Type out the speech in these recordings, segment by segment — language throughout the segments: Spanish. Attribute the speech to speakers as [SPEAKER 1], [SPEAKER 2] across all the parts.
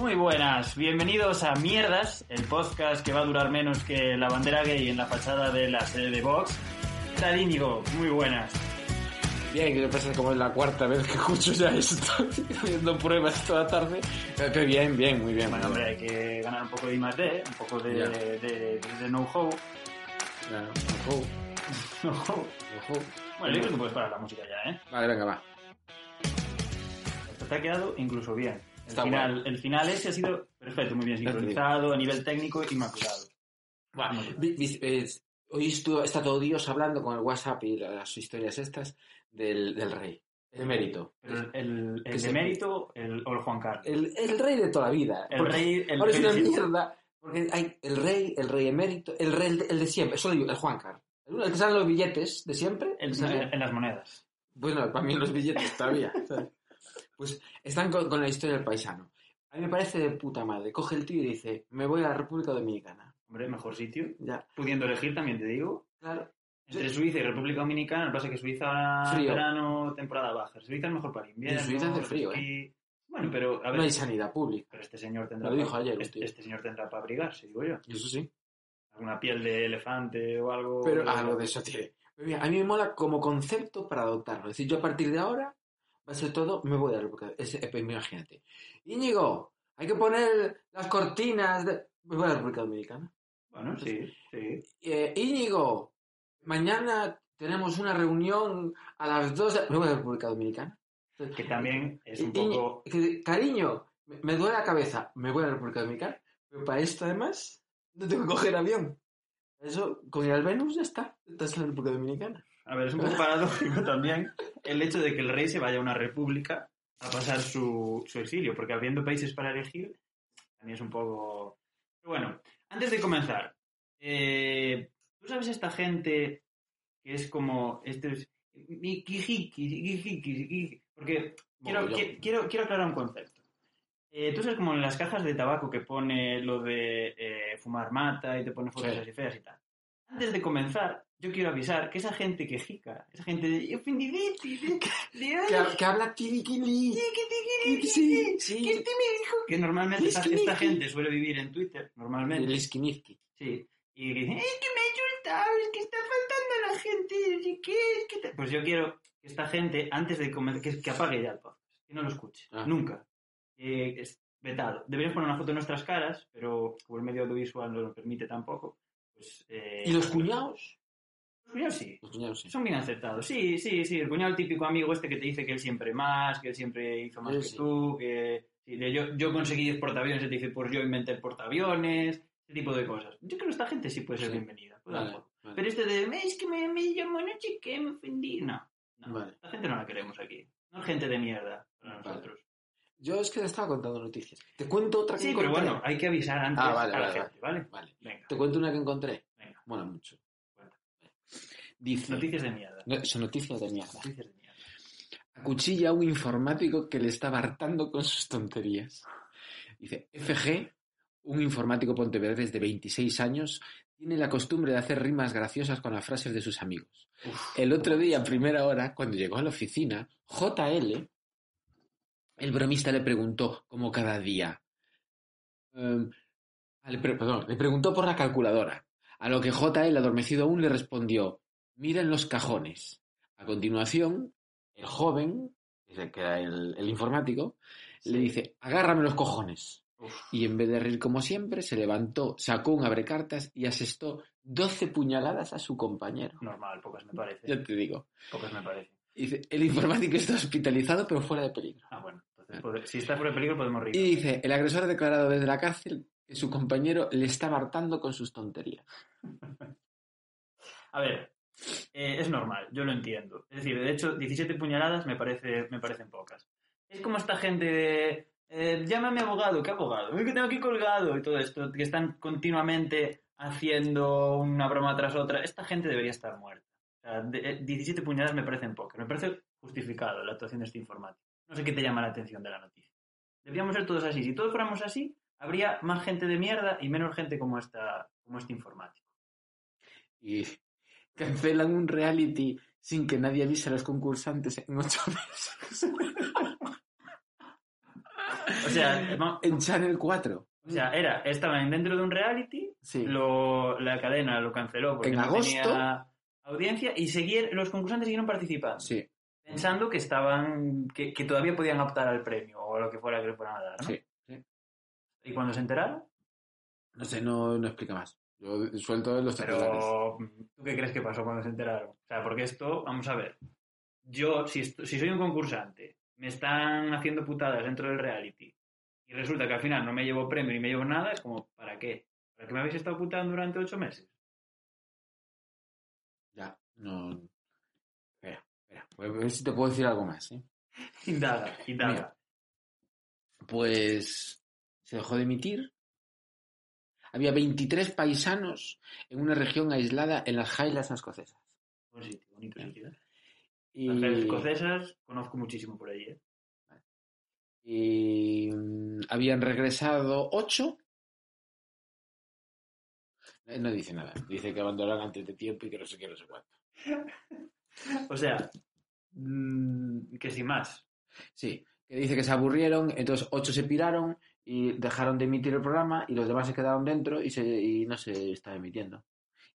[SPEAKER 1] muy buenas. Bienvenidos a Mierdas, el podcast que va a durar menos que la bandera gay en la fachada de la sede de Vox. Tal Íñigo, muy buenas.
[SPEAKER 2] Bien, que pasa como es la cuarta vez que escucho ya esto, haciendo pruebas toda la tarde. Pero bien, bien, muy bien.
[SPEAKER 1] Bueno,
[SPEAKER 2] muy
[SPEAKER 1] hombre,
[SPEAKER 2] bien.
[SPEAKER 1] hay que ganar un poco de I+.D., un poco de,
[SPEAKER 2] Ya.
[SPEAKER 1] de, de- de know-how.
[SPEAKER 2] Claro, ojo,
[SPEAKER 1] Know-how.
[SPEAKER 2] ojo.
[SPEAKER 1] Bueno, yo creo que puedes parar la música ya, ¿eh?
[SPEAKER 2] Vale, venga, va.
[SPEAKER 1] Esto te ha quedado incluso bien. El,
[SPEAKER 2] Está
[SPEAKER 1] final, el final ese ha sido perfecto, muy bien
[SPEAKER 2] Ya te digo.
[SPEAKER 1] sincronizado, a nivel técnico, inmaculado.
[SPEAKER 2] Va, di- di- eh, hoy estuvo, está todo Dios hablando con el WhatsApp y la- las historias estas del, del rey, el mérito.
[SPEAKER 1] Pero el, el,
[SPEAKER 2] Que se-
[SPEAKER 1] emérito el, o el Juan Carlos.
[SPEAKER 2] El, el rey de toda la vida.
[SPEAKER 1] El
[SPEAKER 2] Porque
[SPEAKER 1] rey, el
[SPEAKER 2] ahora es una
[SPEAKER 1] felici-
[SPEAKER 2] mierda. Porque hay el rey, el rey emérito, el rey el de, el de siempre, solo digo, el Juan Carlos. El que salen los billetes de siempre.
[SPEAKER 1] el-
[SPEAKER 2] o sea,
[SPEAKER 1] en las monedas.
[SPEAKER 2] Bueno, para mí los billetes todavía. ¿sabes? Pues están con, con la historia del paisano. A mí me parece de puta madre. Coge el tío y dice, me voy a la República Dominicana.
[SPEAKER 1] Hombre, mejor sitio.
[SPEAKER 2] Ya,
[SPEAKER 1] Pudiendo elegir, también te digo.
[SPEAKER 2] claro.
[SPEAKER 1] Entre Suiza y República Dominicana, lo que pasa es que Suiza
[SPEAKER 2] Frío.
[SPEAKER 1] verano, temporada baja. Suiza es mejor para invierno.
[SPEAKER 2] En Suiza hace frío,
[SPEAKER 1] ¿eh? Bueno, pero a ver,
[SPEAKER 2] No hay sanidad pública.
[SPEAKER 1] pero este señor tendrá
[SPEAKER 2] Lo dijo
[SPEAKER 1] pa-
[SPEAKER 2] ayer,
[SPEAKER 1] este,
[SPEAKER 2] tío.
[SPEAKER 1] este señor tendrá para abrigarse, digo yo.
[SPEAKER 2] Eso sí.
[SPEAKER 1] Alguna piel de elefante o algo.
[SPEAKER 2] Pero algo de eso tiene. Pero mira, a mí me mola como concepto para adoptarlo. Es decir, yo a partir de ahora, va a ser todo, me voy a la República. Es- eh, pues imagínate. Íñigo, hay que poner las cortinas de... Me voy a la República Dominicana.
[SPEAKER 1] Bueno, sí, sí.
[SPEAKER 2] Eh, Íñigo, mañana tenemos una reunión a las 2 de... Me voy a la República Dominicana.
[SPEAKER 1] Que también es un
[SPEAKER 2] Y- y-
[SPEAKER 1] poco.
[SPEAKER 2] que- cariño, me, me duele la cabeza, me voy a la República Dominicana. Pero para esto, además, no tengo que coger avión. Eso, con ir al Venus ya está. Estás en la República Dominicana.
[SPEAKER 1] A ver, es un poco paradójico también el hecho de que el rey se vaya a una república a pasar su, su exilio, porque habiendo países para elegir, también es un poco... Pero bueno, antes de comenzar, eh, ¿tú sabes esta gente que es como... Este es, mi quijiki, quijiki, quijiki? porque quiero,
[SPEAKER 2] Mogollón.
[SPEAKER 1] qui- quiero, quiero aclarar un concepto. Eh, Tú sabes como en las cajas de tabaco que pone lo de eh, fumar mata y te pone fotos
[SPEAKER 2] Sí.
[SPEAKER 1] así feas y tal. Antes de comenzar, yo quiero avisar que esa gente que jica, esa gente de ofendidete, de- de ay,
[SPEAKER 2] Que, ha- que habla tiriquili.
[SPEAKER 1] tiquitiquiri,
[SPEAKER 2] Sí,
[SPEAKER 1] que
[SPEAKER 2] sí.
[SPEAKER 1] este me dijo que normalmente esta,
[SPEAKER 2] Lisquiniqui.
[SPEAKER 1] esta gente suele vivir en Twitter, normalmente,
[SPEAKER 2] Lisquinizqui.
[SPEAKER 1] sí, y que dicen, "Eh, que me ha insultado, es que está faltando a la gente, y que, es que tal". Pues yo quiero que esta gente, antes de comenzar, que, que apague ya el podcast, que no lo escuche,
[SPEAKER 2] Ah.
[SPEAKER 1] nunca. Eh, es vetado. Deberíamos poner una foto de nuestras caras, pero como el medio audiovisual no lo permite tampoco, pues... eh,
[SPEAKER 2] ¿Y los cuñados?
[SPEAKER 1] Los cuñados sí.
[SPEAKER 2] Los cuñados, sí.
[SPEAKER 1] Son bien aceptados. Sí, sí, sí. El cuñado típico amigo este que te dice que él siempre más, que él siempre hizo más
[SPEAKER 2] Sí,
[SPEAKER 1] que
[SPEAKER 2] sí.
[SPEAKER 1] tú, que sí, de yo, yo conseguí 10 portaaviones y te dice, pues yo inventé el portaaviones, ese tipo de cosas. Yo creo que esta gente sí puede ser
[SPEAKER 2] Sí.
[SPEAKER 1] bienvenida. puede dar
[SPEAKER 2] Vale,
[SPEAKER 1] por-
[SPEAKER 2] vale.
[SPEAKER 1] Pero este de, "Me, es que me, me llamó noche que me ofendí. No, no.
[SPEAKER 2] Vale.
[SPEAKER 1] Esta gente no la queremos aquí. No es gente de mierda para
[SPEAKER 2] Vale.
[SPEAKER 1] nosotros.
[SPEAKER 2] Yo es que te estaba contando noticias. Te cuento otra que
[SPEAKER 1] Sí, pero
[SPEAKER 2] encontré.
[SPEAKER 1] bueno, hay que avisar antes
[SPEAKER 2] Ah, vale,
[SPEAKER 1] a la
[SPEAKER 2] vale,
[SPEAKER 1] gente, ¿vale?
[SPEAKER 2] Vale.
[SPEAKER 1] Venga.
[SPEAKER 2] Te cuento una que encontré.
[SPEAKER 1] Venga.
[SPEAKER 2] Mola mucho.
[SPEAKER 1] Cuenta.
[SPEAKER 2] Dice...
[SPEAKER 1] Noticias de mierda.
[SPEAKER 2] No, son noticias de mierda.
[SPEAKER 1] Noticias de mierda.
[SPEAKER 2] acuchilla a un informático que le estaba hartando con sus tonterías. Dice, FG, un informático pontevedrés de 26 años, tiene la costumbre de hacer rimas graciosas con las frases de sus amigos.
[SPEAKER 1] Uf.
[SPEAKER 2] El otro día, a primera hora, cuando llegó a la oficina, JL, el bromista le preguntó, como cada día, em, ah, le pre- perdón, le preguntó por la calculadora, a lo que JL, adormecido aún, le respondió, miren los cajones. A continuación, el joven, es el que era el, el informático,
[SPEAKER 1] Sí.
[SPEAKER 2] le dice, agárrame los cojones.
[SPEAKER 1] Uf.
[SPEAKER 2] Y en vez de reír como siempre, se levantó, sacó un abrecartas y asestó 12 puñaladas a su compañero.
[SPEAKER 1] Normal, pocas me parece.
[SPEAKER 2] Ya te digo.
[SPEAKER 1] Pocas me parece.
[SPEAKER 2] Dice, el informático está hospitalizado pero fuera de peligro.
[SPEAKER 1] Ah, bueno. Entonces, pode- si está fuera de peligro, podemos reír.
[SPEAKER 2] Y dice, el agresor ha declarado desde la cárcel que su compañero le estaba hartando con sus tonterías.
[SPEAKER 1] A ver, eh, es normal, yo lo entiendo. Es decir, de hecho, 17 puñaladas me, parece, me parecen pocas. Es como esta gente de... eh, llámame abogado, ¿qué abogado? "Uy, que tengo aquí colgado y todo esto, que están continuamente haciendo una broma tras otra. Esta gente debería estar muerta. O sea, de- eh, 17 puñaladas me parecen pocas. Me parece justificado la actuación de este informático. No sé qué te llama la atención de la noticia. Deberíamos ser todos así. Si todos fuéramos así, habría más gente de mierda y menos gente como, esta, como este informático.
[SPEAKER 2] Y cancelan un reality sin que nadie avise a los concursantes en ocho meses.
[SPEAKER 1] O sea, va-
[SPEAKER 2] En Channel 4.
[SPEAKER 1] o sea, era, estaban dentro de un reality,
[SPEAKER 2] Mm. Sí.
[SPEAKER 1] lo, la cadena lo canceló porque
[SPEAKER 2] En
[SPEAKER 1] no
[SPEAKER 2] agosto.
[SPEAKER 1] tenía audiencia y seguir, los concursantes siguieron participando,
[SPEAKER 2] Sí.
[SPEAKER 1] pensando que estaban, que, que todavía podían optar al premio o a lo que fuera que le fueran a dar, ¿no?
[SPEAKER 2] Sí, sí.
[SPEAKER 1] Y cuando se enteraron,
[SPEAKER 2] No sé, no, no explica más. Yo suelto los titulares.
[SPEAKER 1] Pero, mm, ¿tú qué crees que pasó cuando se enteraron? O sea, porque esto, vamos a ver. Yo, si, est- si soy un concursante, me están haciendo putadas dentro del reality y resulta que al final no me llevo premio ni me llevo nada, es como, ¿para qué? ¿Para qué me habéis estado putando durante ocho meses?
[SPEAKER 2] Ya, no. Espera, espera. Voy a ver si te puedo decir algo más, ¿eh?
[SPEAKER 1] Indaga, indaga.
[SPEAKER 2] Mira. Pues se dejó de emitir. Había 23 paisanos en una región aislada en las Highlands escocesas.
[SPEAKER 1] Buen sitio, bonito sitio. ¿eh?
[SPEAKER 2] Y,
[SPEAKER 1] Las calles escocesas, conozco muchísimo por allí. ¿eh?
[SPEAKER 2] y, mm, habían regresado 8. Eh, No dice nada. Dice que abandonaron antes de tiempo y que no sé qué, no sé cuánto.
[SPEAKER 1] O sea, mm, que sin más.
[SPEAKER 2] Sí, que dice que se aburrieron, entonces ocho se piraron y dejaron de emitir el programa y los demás se quedaron dentro y, se, y no se estaba emitiendo.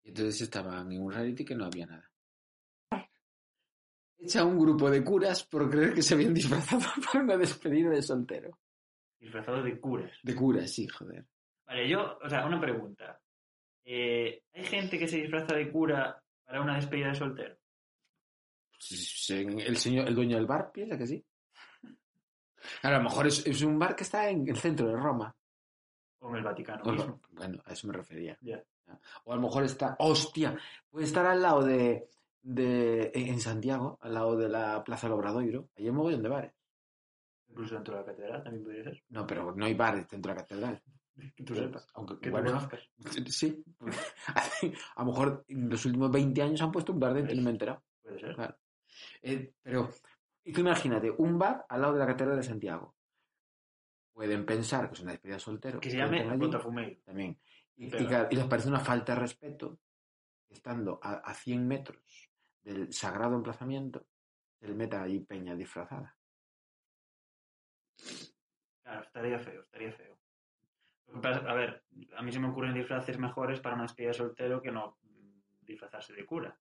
[SPEAKER 2] Y entonces estaban en un reality que no había nada. Echa un grupo de curas por creer que se habían disfrazado para una despedida de soltero.
[SPEAKER 1] Disfrazado de curas.
[SPEAKER 2] De curas, sí, joder.
[SPEAKER 1] Vale, yo, o sea, una pregunta. Eh, ¿Hay gente que se disfraza de cura para una despedida de soltero?
[SPEAKER 2] Sí, sí, El, señor, el dueño del bar piensa que sí. A lo mejor es, es un bar que está en el centro de Roma.
[SPEAKER 1] O en el Vaticano
[SPEAKER 2] O-
[SPEAKER 1] mismo.
[SPEAKER 2] bueno, a eso me refería.
[SPEAKER 1] Ya.
[SPEAKER 2] O a lo mejor está, hostia, puede estar al lado de, de e-, en en Santiago, al lado de la Plaza del Obradoiro. Allí hay un mogollón de bares.
[SPEAKER 1] Incluso dentro de la catedral también podría ser.
[SPEAKER 2] No, pero no hay bares dentro de la catedral.
[SPEAKER 1] Que tú sepas.
[SPEAKER 2] Aunque
[SPEAKER 1] Que
[SPEAKER 2] bueno,
[SPEAKER 1] tú conozcas.
[SPEAKER 2] sí. pues, a lo mejor en los últimos 20 años han puesto un bar dentro y no me he enterado.
[SPEAKER 1] Puede ser.
[SPEAKER 2] Eh, pero y tú imagínate, un bar al lado de la catedral de Santiago. Pueden pensar que es una despedida de soltero.
[SPEAKER 1] Que se
[SPEAKER 2] lo
[SPEAKER 1] llame
[SPEAKER 2] meten allí.
[SPEAKER 1] Botafumeiro.
[SPEAKER 2] también. Y, y
[SPEAKER 1] Pero-
[SPEAKER 2] claro, y les parece una falta de respeto, estando a, a 100 metros del sagrado emplazamiento, el meta ahí peña disfrazada.
[SPEAKER 1] Claro, estaría feo, estaría feo. Lo que pasa- A ver, a mí se me ocurren disfraces mejores para una despedida de soltero que no mm, disfrazarse de cura.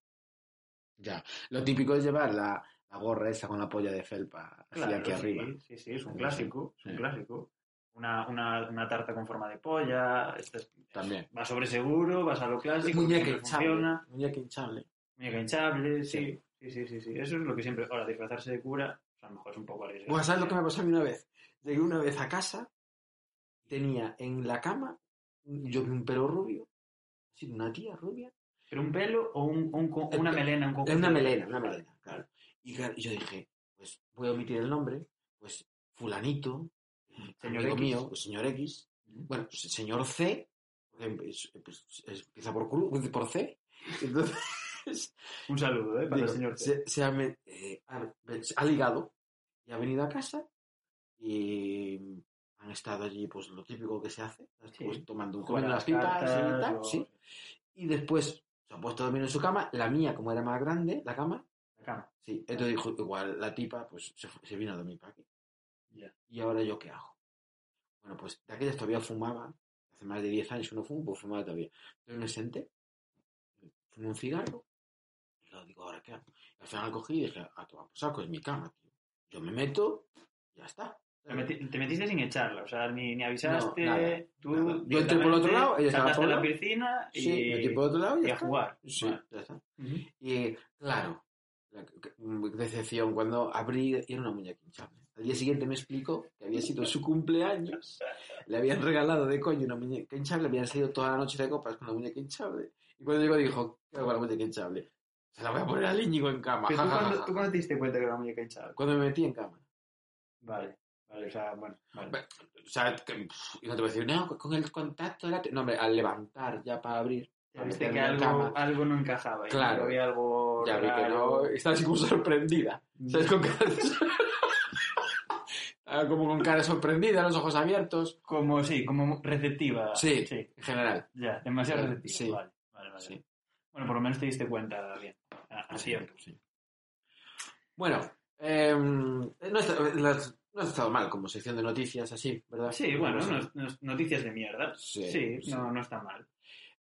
[SPEAKER 2] Ya. Lo típico es llevar la, la gorra esa con la polla de felpa así
[SPEAKER 1] Claro,
[SPEAKER 2] aquí
[SPEAKER 1] sí,
[SPEAKER 2] arriba.
[SPEAKER 1] Sí, sí, es un
[SPEAKER 2] Sí,
[SPEAKER 1] clásico. Es un
[SPEAKER 2] sí.
[SPEAKER 1] clásico. Una, una, una tarta con forma de polla. Esto es-
[SPEAKER 2] También.
[SPEAKER 1] Vas sobre seguro, vas a lo clásico.
[SPEAKER 2] muñeca
[SPEAKER 1] siempre
[SPEAKER 2] hinchable.
[SPEAKER 1] funciona.
[SPEAKER 2] Muñeca hinchable.
[SPEAKER 1] Muñeca hinchable, sí. Sí, sí, sí, sí. Eso es lo que siempre. Ahora, disfrazarse de cura, pues a lo mejor es un poco arriesgado.
[SPEAKER 2] Bueno, ¿sabes lo que me pasó a mí una vez? Llegué una vez a casa, tenía en la cama, yo vi un pelo rubio, así, una tía rubia,
[SPEAKER 1] ¿Pero un pelo o un, un co- una
[SPEAKER 2] Eh,
[SPEAKER 1] melena? Un
[SPEAKER 2] Es
[SPEAKER 1] conjunto?
[SPEAKER 2] una melena, una melena, claro. Y claro, yo dije, pues voy a omitir el nombre, pues fulanito,
[SPEAKER 1] Señor
[SPEAKER 2] amigo
[SPEAKER 1] X.
[SPEAKER 2] mío, pues, señor X, bueno, se- señor C, porque es- pues, es- empieza por, cru- por C, entonces
[SPEAKER 1] Un saludo, ¿eh? Para
[SPEAKER 2] digo,
[SPEAKER 1] el señor. T.
[SPEAKER 2] se, se ha, me- eh, ha- se ha ligado y ha venido a casa y han estado allí, pues lo típico que se hace, ¿sabes?
[SPEAKER 1] Sí.
[SPEAKER 2] pues tomando un
[SPEAKER 1] Con
[SPEAKER 2] comiendo las
[SPEAKER 1] las
[SPEAKER 2] pipas y
[SPEAKER 1] cartas,
[SPEAKER 2] tal,
[SPEAKER 1] o-
[SPEAKER 2] sí. Y después se ha puesto a dormir en su cama, la mía, como era más grande, la cama,
[SPEAKER 1] La cama.
[SPEAKER 2] Sí, entonces dijo, igual la tipa pues se, fu- se vino a dormir para aquí.
[SPEAKER 1] Ya.
[SPEAKER 2] ¿Y ahora yo qué hago? Bueno, pues de aquellas todavía fumaba, hace más de 10 años que no fumo, pues fumaba todavía. Entonces me senté, fumé un cigarro, y luego digo, ¿ahora qué hago? Y al final cogí y dije, ah, toma, pues saco, es mi cama, tío. Yo me meto, ya está.
[SPEAKER 1] Te, meti- te metiste sin echarla, o sea, ni, ni avisaste.
[SPEAKER 2] No, nada,
[SPEAKER 1] tú
[SPEAKER 2] nada. Yo entré por el otro lado, ella estaba
[SPEAKER 1] saltaste
[SPEAKER 2] por
[SPEAKER 1] a la
[SPEAKER 2] otro.
[SPEAKER 1] piscina y,
[SPEAKER 2] Sí, me metí por otro lado y
[SPEAKER 1] y
[SPEAKER 2] ya
[SPEAKER 1] a
[SPEAKER 2] está.
[SPEAKER 1] jugar.
[SPEAKER 2] Sí,
[SPEAKER 1] Vale.
[SPEAKER 2] ya está.
[SPEAKER 1] Ujú.
[SPEAKER 2] Y claro, la que- decepción cuando abrí y era una muñeca hinchable. Al día siguiente me explicó que había sido su cumpleaños, le habían regalado de coño una muñeca hinchable, habían salido toda la noche de copas con la muñeca hinchable. Y cuando llegó dijo, ¿qué hago con la muñeca hinchable? Se la voy a poner al Íñigo en cama.
[SPEAKER 1] Pero
[SPEAKER 2] ja,
[SPEAKER 1] tú,
[SPEAKER 2] ja, ja,
[SPEAKER 1] cuando,
[SPEAKER 2] ja".
[SPEAKER 1] tú cuando te diste cuenta que era una muñeca hinchada.
[SPEAKER 2] Cuando me metí en cama.
[SPEAKER 1] Vale, vale, o sea, bueno. Vale.
[SPEAKER 2] Ve- O sea, que, pff, y no te voy a decir, no, con el contacto de la... te-". No, hombre, al levantar ya para abrir.
[SPEAKER 1] Ya viste
[SPEAKER 2] meterme
[SPEAKER 1] que
[SPEAKER 2] en
[SPEAKER 1] algo,
[SPEAKER 2] cama.
[SPEAKER 1] algo no encajaba. y
[SPEAKER 2] Claro.
[SPEAKER 1] Había algo.
[SPEAKER 2] Ya vi que
[SPEAKER 1] raro. mm,
[SPEAKER 2] no, estaba así como sorprendida. ¿Sabes? Con cara de sor- Ah, Como con cara sorprendida, los ojos abiertos.
[SPEAKER 1] Como, sí, como receptiva.
[SPEAKER 2] Sí. En general.
[SPEAKER 1] ya, demasiado
[SPEAKER 2] Sí.
[SPEAKER 1] receptiva.
[SPEAKER 2] Sí.
[SPEAKER 1] Vale, vale, vale.
[SPEAKER 2] Sí.
[SPEAKER 1] Bueno, por lo menos te diste cuenta bien. A, a tiempo.
[SPEAKER 2] Sí. Bueno, em, no está- las No ha estado mal, como sección de noticias, así, ¿verdad?
[SPEAKER 1] Sí, bueno,
[SPEAKER 2] Vamos a-
[SPEAKER 1] no- no- noticias de mierda.
[SPEAKER 2] Sí,
[SPEAKER 1] sí,
[SPEAKER 2] sí.
[SPEAKER 1] No, no está mal.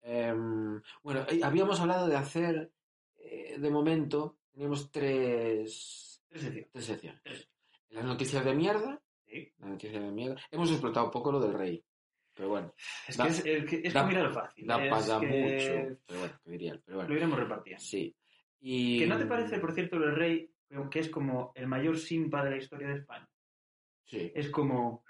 [SPEAKER 2] Em, bueno, eh, habíamos hablado de hacer, eh, de momento, teníamos tres,
[SPEAKER 1] Tres secciones.
[SPEAKER 2] tres secciones. Las noticias de mierda,
[SPEAKER 1] Sí.
[SPEAKER 2] las noticias de mierda. Hemos explotado un poco lo del rey, pero bueno,
[SPEAKER 1] Es
[SPEAKER 2] Da-
[SPEAKER 1] que es, es, que es
[SPEAKER 2] da-
[SPEAKER 1] comida lo fácil.
[SPEAKER 2] da
[SPEAKER 1] es
[SPEAKER 2] para
[SPEAKER 1] que
[SPEAKER 2] mucho. Pero bueno, ¿qué diría él? Pero
[SPEAKER 1] Lo
[SPEAKER 2] bueno,
[SPEAKER 1] iremos repartiendo.
[SPEAKER 2] sí. Y,
[SPEAKER 1] ¿Que no te parece, por cierto, el rey que es como el mayor simpa de la historia de España?
[SPEAKER 2] Sí,
[SPEAKER 1] Es como,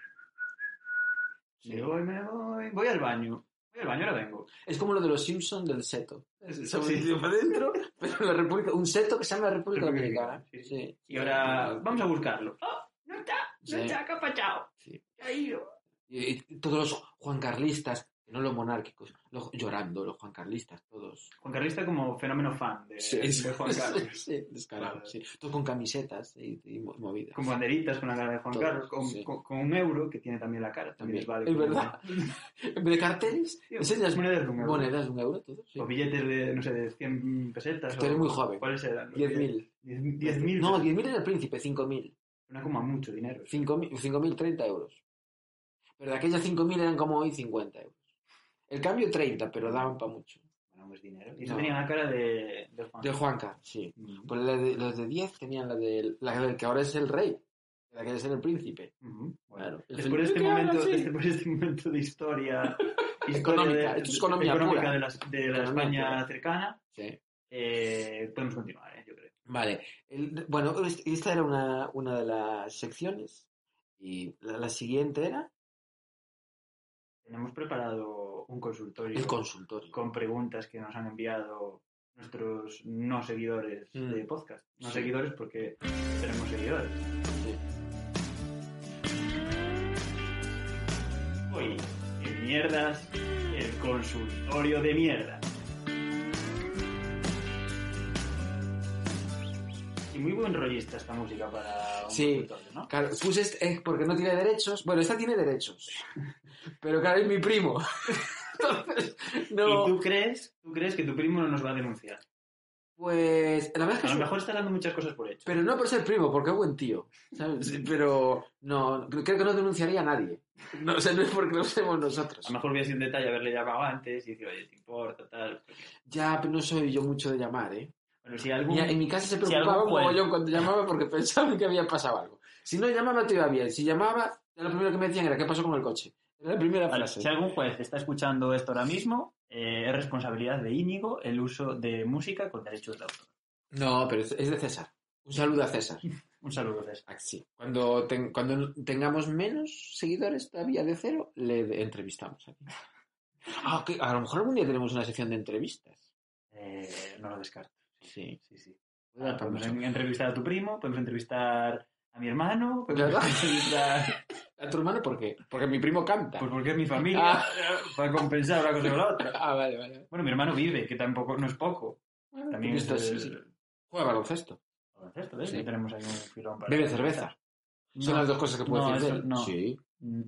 [SPEAKER 2] sí.
[SPEAKER 1] me voy, me voy, voy al baño. Voy al baño, ahora vengo.
[SPEAKER 2] Es como lo de los Simpsons del seto.
[SPEAKER 1] Sí.
[SPEAKER 2] Se metió para adentro, pero la República, un seto que se llama República
[SPEAKER 1] República
[SPEAKER 2] Dominicana.
[SPEAKER 1] Dominicana, sí.
[SPEAKER 2] Sí.
[SPEAKER 1] Y ahora vamos a buscarlo. ¡Ah! ¡No está! ¡No
[SPEAKER 2] Sí.
[SPEAKER 1] está! ¡Capachao!
[SPEAKER 2] Sí.
[SPEAKER 1] Se ha ido.
[SPEAKER 2] Y, y todos los juancarlistas, no los monárquicos, los, llorando, los juancarlistas, todos.
[SPEAKER 1] Juan Carlos está como fenómeno fan Eh, de, de Juan Carlos.
[SPEAKER 2] Sí, descarado, sí. Todos con camisetas y, y mo- movidas.
[SPEAKER 1] Con banderitas, con la cara de Juan
[SPEAKER 2] Todos,
[SPEAKER 1] Carlos, con,
[SPEAKER 2] sí.
[SPEAKER 1] con- con un euro, que tiene también la cara. También,
[SPEAKER 2] También.
[SPEAKER 1] les vale
[SPEAKER 2] es
[SPEAKER 1] como-
[SPEAKER 2] verdad. En vez de carteles,
[SPEAKER 1] Sí,
[SPEAKER 2] enseñas
[SPEAKER 1] monedas de un euro.
[SPEAKER 2] monedas de un euro, todo. Sí.
[SPEAKER 1] O billetes de, no sé, de 100 pesetas.
[SPEAKER 2] Tú eres
[SPEAKER 1] o-
[SPEAKER 2] muy joven.
[SPEAKER 1] ¿Cuáles eran?
[SPEAKER 2] 10.000.
[SPEAKER 1] 10.000. 10.000.
[SPEAKER 2] No, 10.000 era el príncipe, 5.000.
[SPEAKER 1] Suena como a mucho dinero.
[SPEAKER 2] 5.000, 5.000, 30 euros. Pero de aquellas 5.000 eran como hoy 50 euros. El cambio 30, pero daban para mucho.
[SPEAKER 1] Bueno, pues dinero. Y eso
[SPEAKER 2] No.
[SPEAKER 1] tenía la cara de, de Juan.
[SPEAKER 2] De Juanca, sí.
[SPEAKER 1] Mm.
[SPEAKER 2] Pues la de- los de 10 tenían la del, la del que ahora es el rey, la que es el príncipe.
[SPEAKER 1] Ujú.
[SPEAKER 2] Claro.
[SPEAKER 1] Bueno, es por este,
[SPEAKER 2] ¿Qué hablas,
[SPEAKER 1] momento,
[SPEAKER 2] sí?
[SPEAKER 1] es por este momento de historia, historia
[SPEAKER 2] Económica,
[SPEAKER 1] de-
[SPEAKER 2] esto es economía
[SPEAKER 1] económica
[SPEAKER 2] pura.
[SPEAKER 1] de la, de la
[SPEAKER 2] Economía
[SPEAKER 1] España
[SPEAKER 2] pura.
[SPEAKER 1] cercana,
[SPEAKER 2] Sí.
[SPEAKER 1] eh, podemos continuar, eh, yo creo.
[SPEAKER 2] Vale. El- bueno, es- esta era una, una de las secciones. Y la, la siguiente era
[SPEAKER 1] Tenemos preparado un consultorio
[SPEAKER 2] el consultorio.
[SPEAKER 1] con preguntas que nos han enviado nuestros no seguidores
[SPEAKER 2] Mm.
[SPEAKER 1] de podcast. No
[SPEAKER 2] Sí.
[SPEAKER 1] seguidores porque tenemos seguidores.
[SPEAKER 2] Sí.
[SPEAKER 1] Hoy, en mierdas, el consultorio de mierda. Y muy buen rollista esta música para un
[SPEAKER 2] Sí.
[SPEAKER 1] consultorio, ¿no?
[SPEAKER 2] Claro, puse este- eh, porque no tiene derechos. Bueno, esta tiene derechos. Pero claro, es mi primo. Entonces,
[SPEAKER 1] ¿Y
[SPEAKER 2] no.
[SPEAKER 1] tú crees, tú crees que tu primo no nos va a denunciar?
[SPEAKER 2] Pues la verdad es que
[SPEAKER 1] A lo
[SPEAKER 2] sí.
[SPEAKER 1] mejor está dando muchas cosas por hecho.
[SPEAKER 2] Pero no por ser primo, porque es buen tío. ¿sabes? Pero no, creo que no denunciaría a nadie. No, o sea, no es porque lo seamos nosotros.
[SPEAKER 1] A lo mejor hubiera sido un detalle haberle llamado antes y decir, oye, te importa, tal.
[SPEAKER 2] Ya, pero no soy yo mucho de llamar, ¿eh?
[SPEAKER 1] Bueno, si algún...
[SPEAKER 2] Mira, en mi casa se
[SPEAKER 1] Si
[SPEAKER 2] preocupaba
[SPEAKER 1] algún
[SPEAKER 2] un
[SPEAKER 1] juez-
[SPEAKER 2] mogollón cuando llamaba porque pensaban que había pasado algo. Si no llamaba, te iba bien. Si llamaba, ya lo primero que me decían era, ¿qué pasó con el coche? Era la primera
[SPEAKER 1] Vale,
[SPEAKER 2] frase.
[SPEAKER 1] si algún juez está escuchando esto ahora mismo, eh, es responsabilidad de Íñigo el uso de música con derechos de autor.
[SPEAKER 2] No, pero es es de César. Un saludo a César.
[SPEAKER 1] Un saludo, César.
[SPEAKER 2] Ah, sí. Cuando, ten- cuando tengamos menos seguidores todavía de cero, le de- entrevistamos aquí. Ah, que a lo mejor algún día tenemos una sección de entrevistas.
[SPEAKER 1] Eh, no lo descarto.
[SPEAKER 2] Sí.
[SPEAKER 1] Sí, sí. Ah,
[SPEAKER 2] Voy a dar
[SPEAKER 1] podemos
[SPEAKER 2] permiso.
[SPEAKER 1] en- entrevistar a tu primo, podemos entrevistar a mi hermano, podemos
[SPEAKER 2] ¿Verdad?
[SPEAKER 1] entrevistar...
[SPEAKER 2] ¿A tu hermano por qué? Porque mi primo canta.
[SPEAKER 1] Pues porque es mi familia,
[SPEAKER 2] Ah.
[SPEAKER 1] para compensar una cosa con la otra.
[SPEAKER 2] Ah, vale, vale.
[SPEAKER 1] Bueno, mi hermano vive, que tampoco no es poco.
[SPEAKER 2] Bueno,
[SPEAKER 1] También es
[SPEAKER 2] esto es-
[SPEAKER 1] el-
[SPEAKER 2] Juega al baloncesto.
[SPEAKER 1] baloncesto, ¿ves?
[SPEAKER 2] Sí.
[SPEAKER 1] Que tenemos ahí un filón para...
[SPEAKER 2] Bebe cerveza.
[SPEAKER 1] No,
[SPEAKER 2] Son las dos cosas que puedo
[SPEAKER 1] no,
[SPEAKER 2] decir de
[SPEAKER 1] eso
[SPEAKER 2] él.
[SPEAKER 1] no.
[SPEAKER 2] Sí,
[SPEAKER 1] Mm,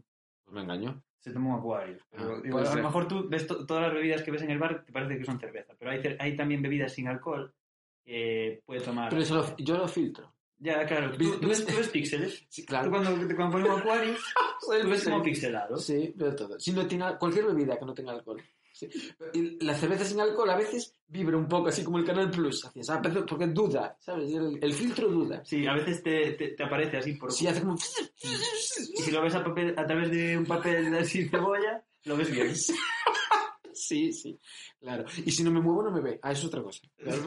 [SPEAKER 2] pues me engañó.
[SPEAKER 1] Se toma un acuario. Pero
[SPEAKER 2] Ah,
[SPEAKER 1] igual,
[SPEAKER 2] puede
[SPEAKER 1] a
[SPEAKER 2] ser.
[SPEAKER 1] lo mejor tú ves to- todas las bebidas que ves en el bar, te parece que son cerveza. Pero hay, cer- hay también bebidas sin alcohol que puede tomar...
[SPEAKER 2] Pero eso lo- yo lo filtro.
[SPEAKER 1] Ya, claro. Tú,
[SPEAKER 2] ¿Ves-
[SPEAKER 1] tú ves,
[SPEAKER 2] ves-
[SPEAKER 1] tú ves píxeles.
[SPEAKER 2] Sí,
[SPEAKER 1] Tú
[SPEAKER 2] claro.
[SPEAKER 1] cuando, cuando ponemos acuario, tú ves como pixelado.
[SPEAKER 2] Sí, veo todo. Si no tiene, cualquier bebida que no tenga alcohol. Sí. Y la cerveza sin alcohol a veces vibra un poco, así como el Canal Plus. así, ¿sabes? Pero- Porque duda, ¿sabes? El, el filtro duda.
[SPEAKER 1] Sí, a veces te, te, te aparece así por...
[SPEAKER 2] Si hace como...
[SPEAKER 1] Y si lo ves a, papel- a través de un papel así cebolla, lo ves bien.
[SPEAKER 2] Sí, sí, claro. Y si no me muevo, no me ve. Ah, es otra cosa.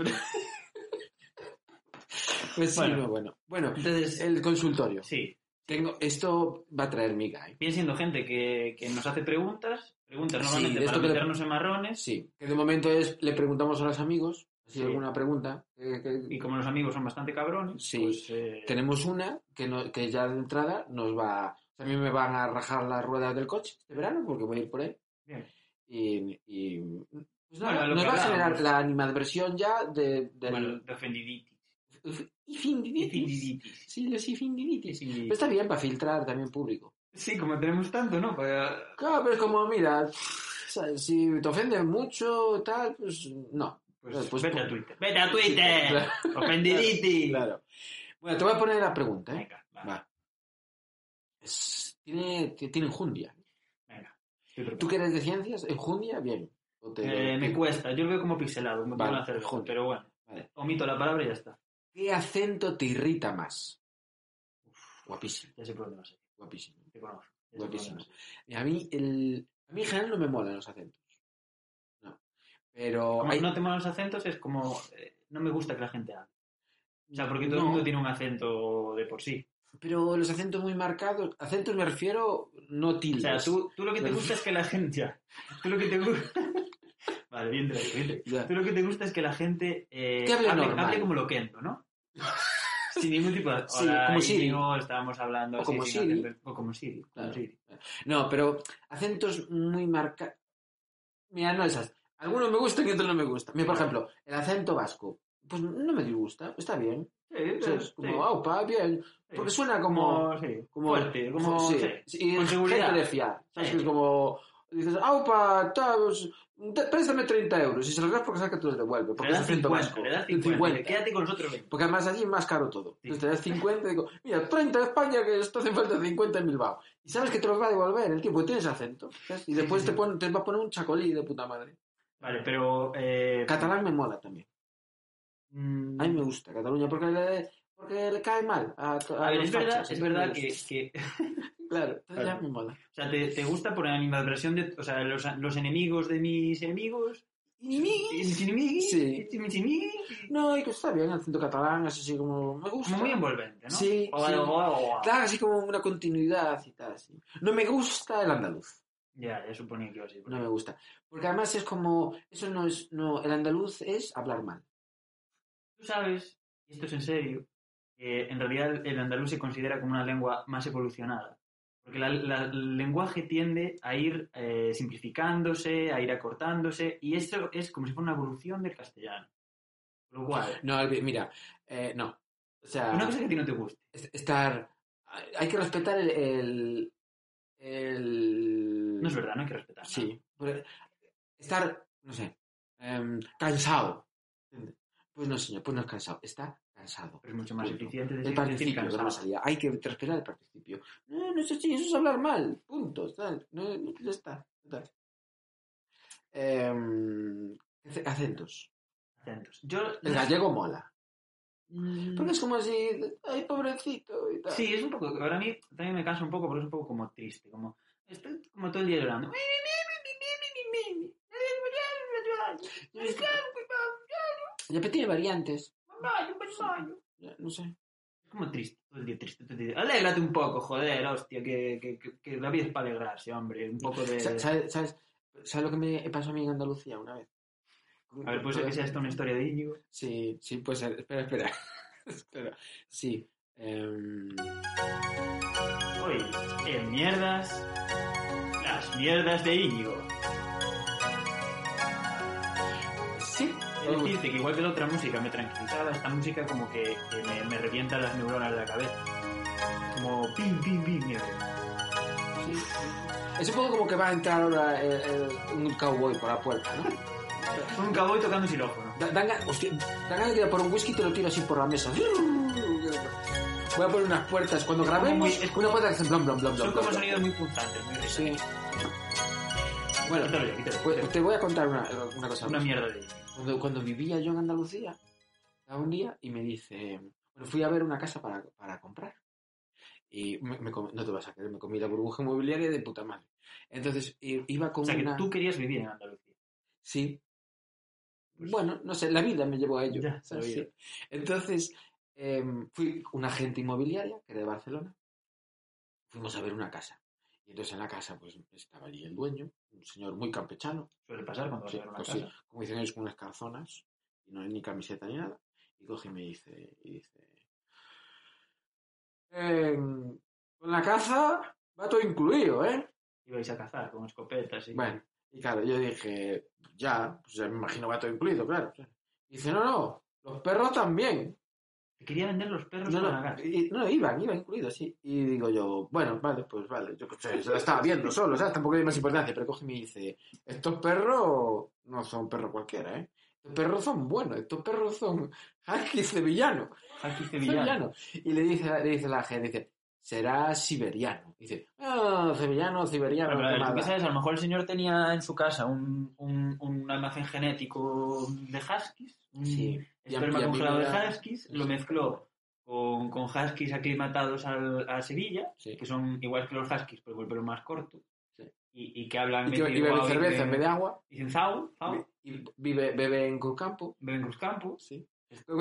[SPEAKER 2] Pues sí,
[SPEAKER 1] Bueno.
[SPEAKER 2] no, bueno. Bueno,
[SPEAKER 1] Entonces,
[SPEAKER 2] el consultorio.
[SPEAKER 1] Eh, sí,
[SPEAKER 2] Tengo, esto va a traer miga, ¿eh?
[SPEAKER 1] viene siendo gente que, que nos hace preguntas, preguntas
[SPEAKER 2] Sí,
[SPEAKER 1] normalmente
[SPEAKER 2] de esto
[SPEAKER 1] para
[SPEAKER 2] que le-
[SPEAKER 1] meternos en marrones,
[SPEAKER 2] Sí, que de momento es, le preguntamos a los amigos, si
[SPEAKER 1] Sí.
[SPEAKER 2] hay alguna pregunta. eh, que-
[SPEAKER 1] y como los amigos son bastante cabrones,
[SPEAKER 2] Sí.
[SPEAKER 1] pues... eh,
[SPEAKER 2] Tenemos una que, no- que ya de entrada nos va. También me van a rajar las ruedas del coche este verano porque voy a ir por él.
[SPEAKER 1] Bien.
[SPEAKER 2] Y. y- pues
[SPEAKER 1] Bueno,
[SPEAKER 2] nada,
[SPEAKER 1] lo
[SPEAKER 2] nos
[SPEAKER 1] que
[SPEAKER 2] va a generar
[SPEAKER 1] hablábamos.
[SPEAKER 2] la animadversión ya de, del.
[SPEAKER 1] Bueno, de ofendiditis.
[SPEAKER 2] Ifindiditis.
[SPEAKER 1] Ifindiditis.
[SPEAKER 2] Sí, los ifindiditis. Pero
[SPEAKER 1] Sí,
[SPEAKER 2] está bien para filtrar también público.
[SPEAKER 1] como tenemos tanto, ¿no? Para-
[SPEAKER 2] Claro, pero es como, mira, ¿sabes? si te ofenden mucho, tal, pues no.
[SPEAKER 1] Pues,
[SPEAKER 2] Pues,
[SPEAKER 1] vete
[SPEAKER 2] pues,
[SPEAKER 1] a Twitter. ¡Vete a Twitter!
[SPEAKER 2] Claro,
[SPEAKER 1] ¡Ofendiditis!
[SPEAKER 2] claro. Bueno, te voy a poner la pregunta, ¿eh?
[SPEAKER 1] Venga, va.
[SPEAKER 2] Va. es- tiene, tiene enjundia.
[SPEAKER 1] Venga. estoy
[SPEAKER 2] ¿Tú
[SPEAKER 1] preparado.
[SPEAKER 2] que eres de ciencias? ¿Enjundia? Bien. O te-
[SPEAKER 1] Eh, me cuesta, yo lo veo como pixelado, me
[SPEAKER 2] Vale,
[SPEAKER 1] pongo la cerveza,
[SPEAKER 2] joder.
[SPEAKER 1] pero bueno.
[SPEAKER 2] Vale.
[SPEAKER 1] Omito la palabra y ya está.
[SPEAKER 2] ¿Qué acento te irrita más? Guapísimo,
[SPEAKER 1] Ya sé por dónde vas a ir,
[SPEAKER 2] guapísimo,
[SPEAKER 1] te conozco. Ya sé por dónde
[SPEAKER 2] guapísimo.
[SPEAKER 1] vas a ir.
[SPEAKER 2] Y A mí, el, a mí en general no me molan los acentos. No. Pero
[SPEAKER 1] Como
[SPEAKER 2] hay-
[SPEAKER 1] no te molan los acentos, es como... eh, no me gusta que la gente hable. O sea, porque todo
[SPEAKER 2] No,
[SPEAKER 1] el mundo tiene un acento de por sí.
[SPEAKER 2] Pero los acentos muy marcados, acentos me refiero no
[SPEAKER 1] O sea,
[SPEAKER 2] tildes.
[SPEAKER 1] tú, tú lo que te gusta es que la gente... ya. Tú lo que te gusta... vale, bien traído, bien traído.
[SPEAKER 2] Ya.
[SPEAKER 1] Tú lo que te gusta es que la gente eh,
[SPEAKER 2] Que hable normal.
[SPEAKER 1] como loquendo, ¿no? Sin ningún tipo de...
[SPEAKER 2] Sí, como Siri.
[SPEAKER 1] No, estábamos hablando
[SPEAKER 2] O
[SPEAKER 1] así,
[SPEAKER 2] como
[SPEAKER 1] sin
[SPEAKER 2] Siri.
[SPEAKER 1] acento. O como Siri. como
[SPEAKER 2] Claro.
[SPEAKER 1] Siri.
[SPEAKER 2] No, pero acentos muy marcados. Mira, no esas. Algunos me gustan y otros no me gustan. Mira, por ejemplo, el acento vasco. Pues no me disgusta, está bien.
[SPEAKER 1] Sí,
[SPEAKER 2] O sea, es
[SPEAKER 1] sí,
[SPEAKER 2] como,
[SPEAKER 1] sí.
[SPEAKER 2] aupa, bien. Porque suena como.
[SPEAKER 1] como, sí,
[SPEAKER 2] como
[SPEAKER 1] fuerte, como
[SPEAKER 2] sí.
[SPEAKER 1] sí.
[SPEAKER 2] sí, y
[SPEAKER 1] con
[SPEAKER 2] es
[SPEAKER 1] seguridad.
[SPEAKER 2] Gente de fiar. ¿Sabes?
[SPEAKER 1] Sí.
[SPEAKER 2] Que es como. Dices, "Ah, aupa, tabos, pues, préstame 30 euros. Y se los das porque sabes que tú los devuelves. Porque
[SPEAKER 1] le
[SPEAKER 2] es
[SPEAKER 1] das
[SPEAKER 2] acento
[SPEAKER 1] 50,
[SPEAKER 2] vasco.
[SPEAKER 1] le das 50, quédate con nosotros. ven.
[SPEAKER 2] Porque además allí es más caro todo.
[SPEAKER 1] Sí.
[SPEAKER 2] Entonces te das 50 y digo, mira, 30 en España que esto hace falta 50 en Bilbao. Y sabes que te los va a devolver el tiempo, tienes acento. ¿sabes?
[SPEAKER 1] Sí,
[SPEAKER 2] Y después
[SPEAKER 1] sí, sí.
[SPEAKER 2] Te, pon- te va a poner un chacolí de puta madre.
[SPEAKER 1] Vale, pero... Eh,
[SPEAKER 2] Catalán me mola también.
[SPEAKER 1] mm,
[SPEAKER 2] A mí me gusta Cataluña porque le, porque le cae mal. A, a
[SPEAKER 1] a ver,
[SPEAKER 2] los
[SPEAKER 1] es verdad,
[SPEAKER 2] fachas,
[SPEAKER 1] es verdad que,
[SPEAKER 2] españoles.
[SPEAKER 1] que...
[SPEAKER 2] Claro, entonces
[SPEAKER 1] Claro.
[SPEAKER 2] ya me mola.
[SPEAKER 1] O sea, te, te gusta por la misma versión de... O sea, los, los enemigos de mis enemigos... Mis enemigos...
[SPEAKER 2] Sí.
[SPEAKER 1] Mis enemigos...
[SPEAKER 2] No, y que está bien, acento catalán, es así como. Me gusta.
[SPEAKER 1] Como muy envolvente, ¿no?
[SPEAKER 2] Sí,
[SPEAKER 1] O
[SPEAKER 2] sí.
[SPEAKER 1] algo... algo-
[SPEAKER 2] Claro, así como una continuidad y tal. Así. No me gusta el andaluz.
[SPEAKER 1] Ya, ya suponía que iba así.
[SPEAKER 2] No me gusta. Porque además es como, eso no es, no, el andaluz es hablar mal.
[SPEAKER 1] Tú sabes, y esto es en serio, que en realidad el andaluz se considera como una lengua más evolucionada. Porque la- la- el lenguaje tiende a ir eh, simplificándose, a ir acortándose, y esto es como si fuera una evolución del castellano. Por lo cual,
[SPEAKER 2] No, Albi, mira, eh, no. O sea,
[SPEAKER 1] una cosa que a ti no te guste.
[SPEAKER 2] es- estar, hay que respetar el, el, el-
[SPEAKER 1] No es verdad, no hay que respetar.
[SPEAKER 2] Sí. Porque Estar, no sé, em, cansado. Pues no, señor, pues no es cansado, está cansado.
[SPEAKER 1] Pero es mucho más
[SPEAKER 2] Punto.
[SPEAKER 1] eficiente
[SPEAKER 2] El
[SPEAKER 1] decir, decir
[SPEAKER 2] participio, que no me
[SPEAKER 1] cansado.
[SPEAKER 2] salía. Hay que respetar el participio. No, no es así, eso es hablar mal. Punto. tal, No, no, ya está. ya está. Em, ace- acentos.
[SPEAKER 1] Atentos. Yo,
[SPEAKER 2] El gallego mola.
[SPEAKER 1] Mm,
[SPEAKER 2] Porque es como así, ay, pobrecito y tal.
[SPEAKER 1] Sí, es un poco... Ahora a mí también me cansa un poco porque es un poco como triste. Como, estoy como todo el día llorando.
[SPEAKER 2] Ya ves que- pues, Ya pero tiene variantes. Ya, No sé.
[SPEAKER 1] como triste, todo el día triste, todo el día. Alégrate un poco, joder, hostia, que, que, que, que la vida es para alegrarse, hombre. Un poco de.
[SPEAKER 2] Sa- ¿Sabes, sabes, sabes lo que me pasó a mí en Andalucía una vez?
[SPEAKER 1] A ver, puede ser que sea esta una historia de Íñigo.
[SPEAKER 2] Sí, sí, puede ser. Espera, espera. espera. Sí. em,
[SPEAKER 1] Hoy, en mierdas. Las mierdas de Íñigo.
[SPEAKER 2] sí.
[SPEAKER 1] Es decirte que igual que la otra música me tranquilizaba, esta música como que, que me, me revienta las neuronas de la cabeza. Como pim, pim, pim, mierda.
[SPEAKER 2] Sí. Es un poco como que va a entrar ahora el- el- un cowboy por la puerta, ¿no?
[SPEAKER 1] Un cowboy tocando xilófono.
[SPEAKER 2] Da- Dan ga- hostia, dan ganas de ir a por un whisky y te lo tiro así por la mesa. Voy a poner unas puertas. Cuando grabemos,
[SPEAKER 1] muy- es-
[SPEAKER 2] una puerta que hace blom, blom, blom,
[SPEAKER 1] Son
[SPEAKER 2] blom,
[SPEAKER 1] como
[SPEAKER 2] blom.
[SPEAKER 1] sonidos muy punzantes, muy ricos.
[SPEAKER 2] Sí. Bueno,
[SPEAKER 1] Quítalo ya, quítalo.
[SPEAKER 2] pues, te voy a contar una, una cosa.
[SPEAKER 1] Una
[SPEAKER 2] más.
[SPEAKER 1] mierda de Íñigo.
[SPEAKER 2] Cuando, cuando vivía yo en Andalucía, estaba un día y me dice, bueno, fui a ver una casa para, para comprar. Y me, me com- no te vas a creer, me comí la burbuja inmobiliaria de puta madre. Entonces, i- iba con
[SPEAKER 1] O sea que
[SPEAKER 2] una...
[SPEAKER 1] tú querías vivir en Andalucía.
[SPEAKER 2] Sí.
[SPEAKER 1] Pues-
[SPEAKER 2] bueno, no sé, la vida me llevó a ello.
[SPEAKER 1] Ya,
[SPEAKER 2] ¿sabes?
[SPEAKER 1] la vida.
[SPEAKER 2] Sí. Entonces, em, fui con una agente inmobiliaria, que era de Barcelona, fuimos a ver una casa. Y entonces en la casa, pues estaba allí el dueño, un señor muy campechano,
[SPEAKER 1] Suele pasar cuando vas a ver una
[SPEAKER 2] pues
[SPEAKER 1] casa.
[SPEAKER 2] sí, como dicen ellos, con unas calzonas, y no hay ni camiseta ni nada. Y coge y me dice, y dice, em, con la caza va todo incluido, ¿eh?
[SPEAKER 1] Ibais a cazar con escopetas y...
[SPEAKER 2] Bueno, y claro, yo dije, ya, pues ya me imagino va todo incluido, claro. claro. Y dice, no, no, los perros también.
[SPEAKER 1] Quería vender los perros
[SPEAKER 2] No,
[SPEAKER 1] para
[SPEAKER 2] no,
[SPEAKER 1] gatos.
[SPEAKER 2] y- no, iban, iban incluidos, sí. Y digo yo, bueno, vale, pues vale. Yo qué sé, se la estaba viendo solo, ¿sabes? Tampoco hay más importancia, pero coge y me dice, estos perros no son perros cualquiera, ¿eh? Estos perros son buenos, estos perros son husky sevillano.
[SPEAKER 1] Aquí
[SPEAKER 2] sevillano. Y le dice, le dice la gente, dice, será siberiano. Y dice, ah, siberiano, siberiano.
[SPEAKER 1] Bueno,
[SPEAKER 2] qué
[SPEAKER 1] pero ¿tú
[SPEAKER 2] mala".
[SPEAKER 1] qué sabes? A lo mejor el señor tenía en su casa un, un, un almacén genético de huskies, un
[SPEAKER 2] Sí. Y a- y
[SPEAKER 1] esperma
[SPEAKER 2] a mí me
[SPEAKER 1] congelado de
[SPEAKER 2] da-
[SPEAKER 1] huskies, lo mezcló con, con huskies aclimatados al- a Sevilla,
[SPEAKER 2] Sí.
[SPEAKER 1] que son igual que los huskies, pero con el pelo más corto,
[SPEAKER 2] Sí.
[SPEAKER 1] y, y que hablan...
[SPEAKER 2] Y tío, aquí
[SPEAKER 1] medio
[SPEAKER 2] bebe
[SPEAKER 1] guau,
[SPEAKER 2] cerveza
[SPEAKER 1] dicen-
[SPEAKER 2] en vez de agua.
[SPEAKER 1] Dicen zau, zau,
[SPEAKER 2] Y vive, bebe en Cruzcampo.
[SPEAKER 1] beben cruzcampo.
[SPEAKER 2] Sí.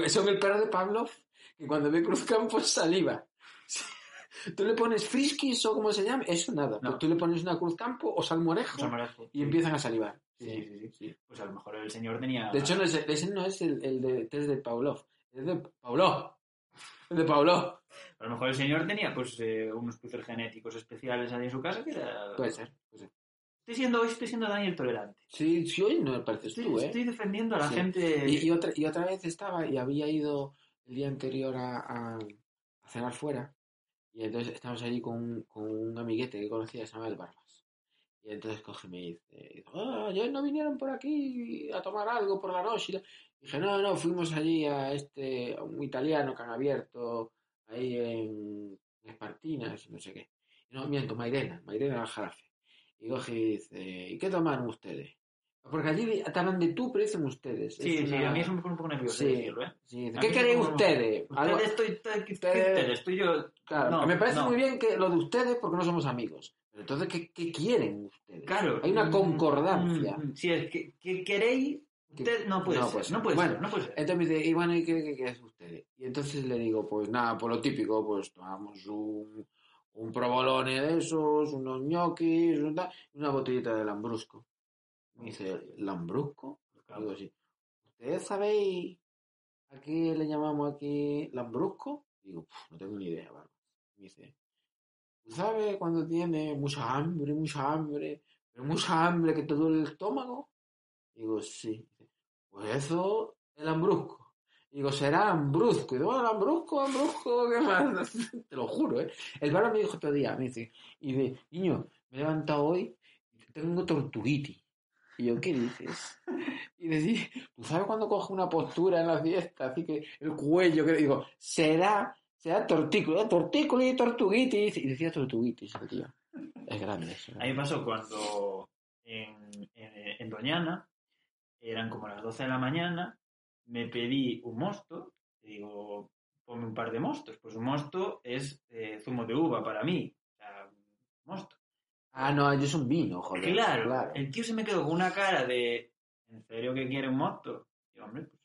[SPEAKER 2] Son el perro de Pavlov, que cuando ve Cruzcampo saliva. Sí. Tú le pones friskies o como se llame, eso nada.
[SPEAKER 1] No.
[SPEAKER 2] Pues tú le pones una Cruzcampo o salmorejo
[SPEAKER 1] O sea, me parece.
[SPEAKER 2] y empiezan a salivar.
[SPEAKER 1] Sí, sí, sí, Pues a lo mejor el señor tenía...
[SPEAKER 2] De hecho, no es, ese no es el, el de test de Pavlov. Es de Pavlov. El de Pavlov.
[SPEAKER 1] A lo mejor el señor tenía pues eh, unos cruces genéticos especiales ahí en su casa que era...
[SPEAKER 2] Puede ser. puede ser.
[SPEAKER 1] Estoy siendo, hoy estoy siendo Daniel tolerante.
[SPEAKER 2] Sí, sí, hoy no me pareces
[SPEAKER 1] Estoy,
[SPEAKER 2] tú, ¿eh?
[SPEAKER 1] estoy defendiendo a la
[SPEAKER 2] Sí.
[SPEAKER 1] gente.
[SPEAKER 2] Y, y otra, y otra vez estaba y había ido el día anterior a, a- a cenar fuera. Y entonces estábamos allí con un, con un amiguete que conocía que se llama El Barbas. Y entonces coge y me dice, "Ah, ayer no vinieron por aquí a tomar algo por la noche. y tal". dije, no, no, fuimos allí a este, a un italiano que han abierto ahí en Espartinas, no sé qué. No, miento, Mairena, Mairena del Jarafe. Y coge y dice, ¿y qué tomaron ustedes? Porque allí te hablan de tú, pero dicen ustedes.
[SPEAKER 1] sí,
[SPEAKER 2] Es
[SPEAKER 1] sí,
[SPEAKER 2] una-
[SPEAKER 1] a mí eso me pone un poco nervioso
[SPEAKER 2] Sí.
[SPEAKER 1] decirlo, ¿eh?
[SPEAKER 2] Sí,
[SPEAKER 1] A
[SPEAKER 2] ¿Qué
[SPEAKER 1] mí
[SPEAKER 2] queréis
[SPEAKER 1] como-
[SPEAKER 2] ustedes? Algo-
[SPEAKER 1] Ustedes, estoy, estoy, ¿qué
[SPEAKER 2] Ustedes-
[SPEAKER 1] ustedes? Estoy yo.
[SPEAKER 2] Claro,
[SPEAKER 1] no,
[SPEAKER 2] que me parece
[SPEAKER 1] no.
[SPEAKER 2] muy bien que lo de ustedes porque no somos amigos. Pero entonces, ¿qué, qué quieren ustedes?
[SPEAKER 1] Claro.
[SPEAKER 2] Hay una
[SPEAKER 1] Mm,
[SPEAKER 2] concordancia.
[SPEAKER 1] mm, mm. Sí, es que, que queréis. Usted, no puede
[SPEAKER 2] No
[SPEAKER 1] ser,
[SPEAKER 2] puede ser.
[SPEAKER 1] no puede
[SPEAKER 2] Bueno, eh,
[SPEAKER 1] ser, no puede ser.
[SPEAKER 2] Entonces me dice, y bueno, ¿y qué, qué, qué hace usted? Y entonces le digo, pues nada, por lo típico, pues tomamos un, un provolone de esos, unos ñoquis, un tal, y una botellita de lambrusco. Me dice, ¿lambrusco? Digo, sí. ¿Ustedes sabéis a qué le llamamos aquí lambrusco? Digo, "Puf, no tengo ni idea, Barbas. Me dice, "¿Tú ¿sabes cuando tiene mucha hambre, mucha hambre, pero mucha hambre que te duele el estómago? Digo, sí. Dice, Pues eso es lambrusco. Digo, será ambrusco. Y digo, "Ah, lambrusco, ambrusco, qué más. Te lo juro, ¿eh? El barba me dijo otro día, me dice, y de, niño, me he levantado hoy y tengo tortuguiti. Y yo, ¿qué dices? Y decía, ¿tú sabes cuando cojo una postura en la fiesta? Así que el cuello, que digo, será, será tortículo, tortículo y tortuguitis. Y decía tortuguitis el tío. Es grande eso. ¿eh? ¿no?
[SPEAKER 1] A mí me pasó cuando en, en- en Doñana, eran como las 12 de la mañana, me pedí un mosto, y digo, ponme un par de mostos. Pues un mosto es eh, zumo de uva para mí, o sea, mosto.
[SPEAKER 2] Ah, no, yo es un vino, joder.
[SPEAKER 1] Claro, el tío se me quedó con una cara de ¿en serio que quiere un mosto? Y yo, hombre, pues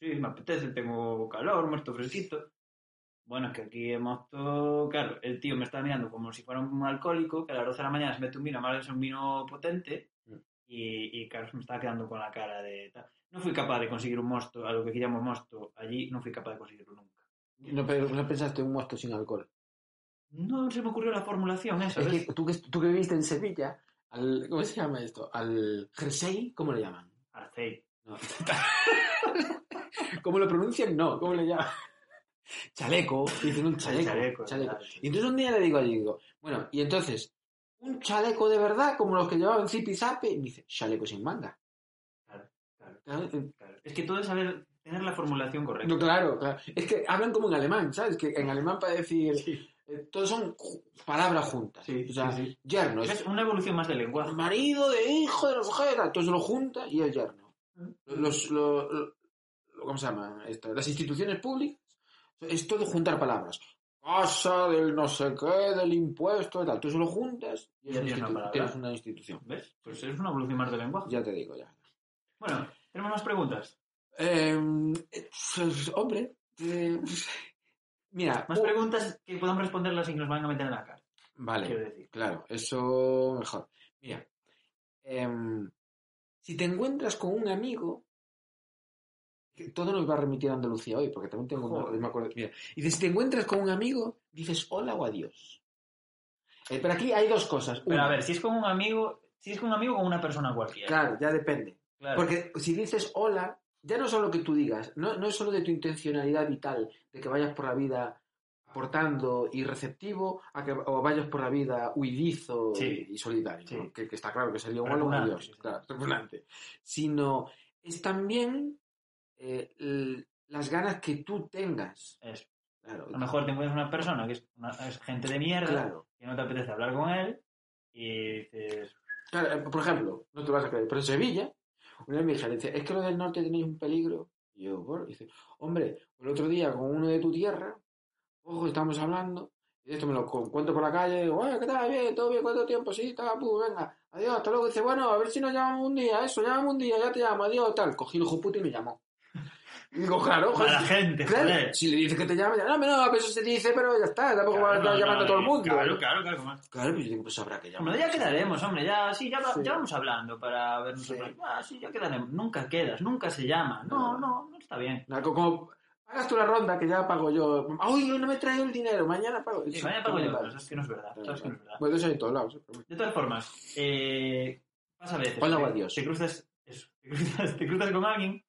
[SPEAKER 1] sí, me apetece, tengo calor, mosto fresquito. Bueno, es que aquí el mosto, claro, el tío me está mirando como si fuera un alcohólico, que a las 12 de la mañana se mete un vino, además es un vino potente,
[SPEAKER 2] Mm.
[SPEAKER 1] y, y claro, se me estaba quedando con la cara de tal. No fui capaz de conseguir un mosto, a lo que aquí llamo mosto, allí no fui capaz de conseguirlo nunca.
[SPEAKER 2] No, pero no pensaste un mosto sin alcohol.
[SPEAKER 1] No se me ocurrió la formulación esa, ¿ves?
[SPEAKER 2] Es que tú, que tú que viviste en Sevilla, al, ¿cómo se llama esto? Al jersey, ¿cómo lo llaman?
[SPEAKER 1] Arcei.
[SPEAKER 2] No. ¿Cómo lo pronuncian? No, ¿cómo le llaman? Chaleco, dicen un chaleco.
[SPEAKER 1] Chaleco,
[SPEAKER 2] chaleco.
[SPEAKER 1] claro.
[SPEAKER 2] Y entonces un día le digo a allí, digo, bueno, y entonces, un chaleco de verdad, como los que llevaban Zip y Zape, y me dice, chaleco sin manga.
[SPEAKER 1] Claro, claro.
[SPEAKER 2] Claro, eh,
[SPEAKER 1] Claro. Es que todo es saber tener la formulación correcta.
[SPEAKER 2] No, claro, claro. Es que hablan como en alemán, ¿sabes? Que en alemán para decir,
[SPEAKER 1] Sí.
[SPEAKER 2] eh, todos son ju- palabras juntas.
[SPEAKER 1] Sí,
[SPEAKER 2] o sea,
[SPEAKER 1] sí, sí.
[SPEAKER 2] yerno, es
[SPEAKER 1] Es una evolución más del lenguaje.
[SPEAKER 2] marido de hijo de los ojeras. Entonces lo junta y es yerno. Los, lo- lo- ¿Cómo se llama esto? Las instituciones públicas. Es todo juntar palabras. Casa del no sé qué, del impuesto y tal. Entonces lo juntas y es
[SPEAKER 1] Ya
[SPEAKER 2] una,
[SPEAKER 1] tienes una
[SPEAKER 2] institu-
[SPEAKER 1] palabra.
[SPEAKER 2] tienes una institución.
[SPEAKER 1] ¿Ves? Pues es una evolución más del lenguaje.
[SPEAKER 2] Ya te digo, ya.
[SPEAKER 1] Bueno, tenemos más preguntas.
[SPEAKER 2] Eh, eh, hombre, eh, mira.
[SPEAKER 1] Más
[SPEAKER 2] u-
[SPEAKER 1] preguntas que podamos responderlas y que nos van a meter en la cara.
[SPEAKER 2] Vale.
[SPEAKER 1] Quiero decir.
[SPEAKER 2] Claro, eso mejor. Mira, em, si te encuentras con un amigo, que todo nos va a remitir a Andalucía hoy, porque también tengo
[SPEAKER 1] Joder.
[SPEAKER 2] una, me acuerdo- mira, dice, si te encuentras con un amigo, dices hola o adiós. Eh, pero aquí hay dos cosas.
[SPEAKER 1] Pero
[SPEAKER 2] Una,
[SPEAKER 1] a ver, si es con un amigo, si es con un amigo o con una persona cualquiera.
[SPEAKER 2] claro, ya depende.
[SPEAKER 1] Claro.
[SPEAKER 2] Porque si dices hola, ya no es solo que tú digas, no, no es solo de tu intencionalidad vital, de que vayas por la vida aportando y receptivo, a que, o vayas por la vida huidizo
[SPEAKER 1] Sí.
[SPEAKER 2] y, y solidario,
[SPEAKER 1] Sí.
[SPEAKER 2] ¿no? que, que está claro que sería un hola o un
[SPEAKER 1] Repugnante,
[SPEAKER 2] adiós,
[SPEAKER 1] sí, sí.
[SPEAKER 2] claro, repugnante. Sino es también eh, l- las ganas que tú tengas
[SPEAKER 1] Eso.
[SPEAKER 2] Claro.
[SPEAKER 1] A lo mejor te encuentras una persona que es, una- es gente de mierda,
[SPEAKER 2] Claro.
[SPEAKER 1] que no te apetece hablar con él, y dices,
[SPEAKER 2] Claro, eh, por ejemplo, no te vas a creer, pero en Sevilla, una de mis hijas le dice, es que los del norte tenéis un peligro. Y yo, "Por", y dice, hombre, el otro día con uno de tu tierra, ojo, estamos hablando, y esto me lo cu- cuento por la calle, y digo, "Oye, ¿qué tal? Bien, todo bien, ¿cuánto tiempo? Sí, está, pues venga, adiós, hasta luego. Y dice, bueno, a ver si nos llamamos un día, eso, llamamos un día, ya te llamo, adiós, tal. Cogí el hijo puto y me llamó. Y digo, claro,
[SPEAKER 1] a la
[SPEAKER 2] joder,
[SPEAKER 1] gente,
[SPEAKER 2] claro,
[SPEAKER 1] joder.
[SPEAKER 2] si le dices que te llame, ya, no, no, pues eso se dice, pero ya está, tampoco va a
[SPEAKER 1] Claro,
[SPEAKER 2] estar
[SPEAKER 1] no,
[SPEAKER 2] llamando
[SPEAKER 1] no,
[SPEAKER 2] a todo el mundo.
[SPEAKER 1] Claro, claro, claro. como-
[SPEAKER 2] Claro, pues yo digo, pues habrá que llamar.
[SPEAKER 1] Hombre, ya quedaremos, hombre, ya, sí, ya, va-
[SPEAKER 2] Sí.
[SPEAKER 1] ya vamos hablando para vernos.
[SPEAKER 2] Sí.
[SPEAKER 1] Ah, sí, ya quedaremos. Nunca quedas, nunca se llama. No,
[SPEAKER 2] No.
[SPEAKER 1] no, no está bien.
[SPEAKER 2] Nada, co- Como, hagas tú la ronda que ya pago yo. Uy, hoy no me he traído el dinero, mañana pago.
[SPEAKER 1] Sí, mañana pago yo,
[SPEAKER 2] Vale.
[SPEAKER 1] pero sabes que no es verdad.
[SPEAKER 2] Vale,
[SPEAKER 1] sabes que no
[SPEAKER 2] vale.
[SPEAKER 1] es verdad.
[SPEAKER 2] Bueno, eso hay en todos lados. eh, pero bueno.
[SPEAKER 1] De todas formas, eh, pasa a veces.
[SPEAKER 2] Hola,
[SPEAKER 1] te-
[SPEAKER 2] guardios.
[SPEAKER 1] Te cruzas, eso, te cruzas, te cruzas con alguien.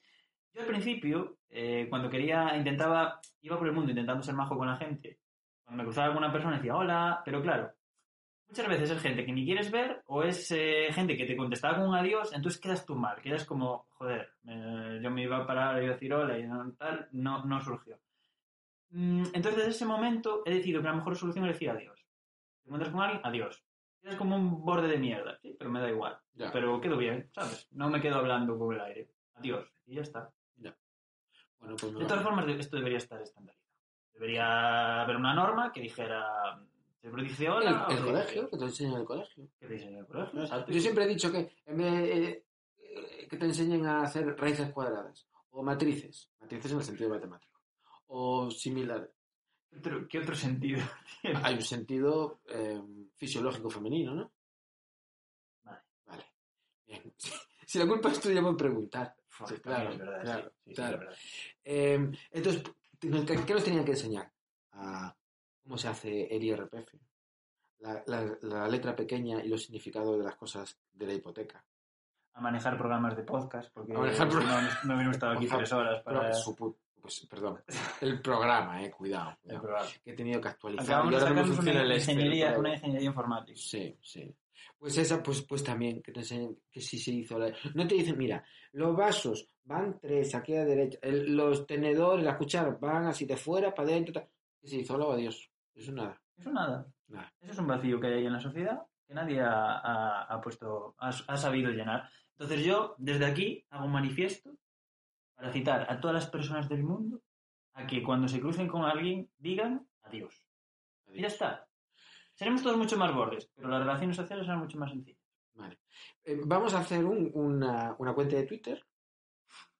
[SPEAKER 1] Yo al principio, eh, cuando quería, intentaba, iba por el mundo intentando ser majo con la gente. Cuando me cruzaba con una persona decía hola, pero claro, muchas veces es gente que ni quieres ver o es eh, gente que te contestaba con un adiós, entonces quedas tú mal, quedas como, joder, me- yo me iba a parar y iba a decir hola y no, tal, no, no surgió. Mm, Entonces desde ese momento he decidido que la mejor solución es decir adiós. Te encuentras con alguien, adiós. Quedas como un borde de mierda, sí, pero me da igual.
[SPEAKER 2] Ya.
[SPEAKER 1] Pero quedo bien, ¿sabes? No me quedo hablando con el aire. Adiós. Y ya está.
[SPEAKER 2] Bueno, pues me
[SPEAKER 1] De
[SPEAKER 2] va.
[SPEAKER 1] todas formas, de- esto debería estar estandarizado. Debería haber una norma que dijera. ¿Se dice
[SPEAKER 2] El,
[SPEAKER 1] hola? o se
[SPEAKER 2] el
[SPEAKER 1] dice
[SPEAKER 2] colegio, que te enseñan el colegio.
[SPEAKER 1] ¿Qué dice en el colegio? Exacto.
[SPEAKER 2] Yo siempre he dicho que en vez de, eh, eh, que te enseñen a hacer raíces cuadradas o matrices, matrices en el sentido matemático, o similar.
[SPEAKER 1] ¿Qué otro, qué otro sentido?
[SPEAKER 2] Hay un sentido eh, fisiológico femenino, ¿no?
[SPEAKER 1] Vale.
[SPEAKER 2] Vale. Bien. Si la culpa es tuya por preguntar.
[SPEAKER 1] Fua,
[SPEAKER 2] Sí,
[SPEAKER 1] también es
[SPEAKER 2] claro,
[SPEAKER 1] verdad,
[SPEAKER 2] claro,
[SPEAKER 1] sí, sí, sí,
[SPEAKER 2] claro.
[SPEAKER 1] es verdad.
[SPEAKER 2] Eh, entonces, ¿qué qué nos tenían que enseñar? A cómo se hace el IRPF, la, la- la letra pequeña y los significados de las cosas de la hipoteca.
[SPEAKER 1] A manejar programas de podcast, porque
[SPEAKER 2] A manejar
[SPEAKER 1] si no,
[SPEAKER 2] programas.
[SPEAKER 1] no hubiéramos estado aquí
[SPEAKER 2] Por
[SPEAKER 1] tres horas
[SPEAKER 2] Pero,
[SPEAKER 1] para
[SPEAKER 2] su pu- pues, perdón, el programa, eh, cuidado,
[SPEAKER 1] el
[SPEAKER 2] cuidado,
[SPEAKER 1] programa.
[SPEAKER 2] que he tenido que actualizar.
[SPEAKER 1] Acabamos
[SPEAKER 2] y
[SPEAKER 1] de
[SPEAKER 2] ahora no me
[SPEAKER 1] sacarnos
[SPEAKER 2] funciona
[SPEAKER 1] una
[SPEAKER 2] el Excel,
[SPEAKER 1] ingeniería, este.
[SPEAKER 2] pero-
[SPEAKER 1] una ingeniería informática.
[SPEAKER 2] Sí, sí. Pues esa, pues, pues también, que te enseñen que sí se hizo la... No te dicen, mira, los vasos van tres aquí a la derecha, el- los tenedores, las cucharas van así de fuera para adentro, tal. que se hizo lo adiós. Eso nada.
[SPEAKER 1] Eso nada.
[SPEAKER 2] Nada.
[SPEAKER 1] Eso es un vacío que hay ahí en la sociedad que nadie ha, ha- ha puesto, ha, ha sabido llenar. Entonces yo, desde aquí, hago un manifiesto para citar a todas las personas del mundo a que cuando se crucen con alguien digan adiós. Y ya
[SPEAKER 2] Adiós.
[SPEAKER 1] está. Seremos todos mucho más bordes, pero las relaciones sociales serán mucho más sencillas.
[SPEAKER 2] Vale. Eh, vamos a hacer un- una, una cuenta de Twitter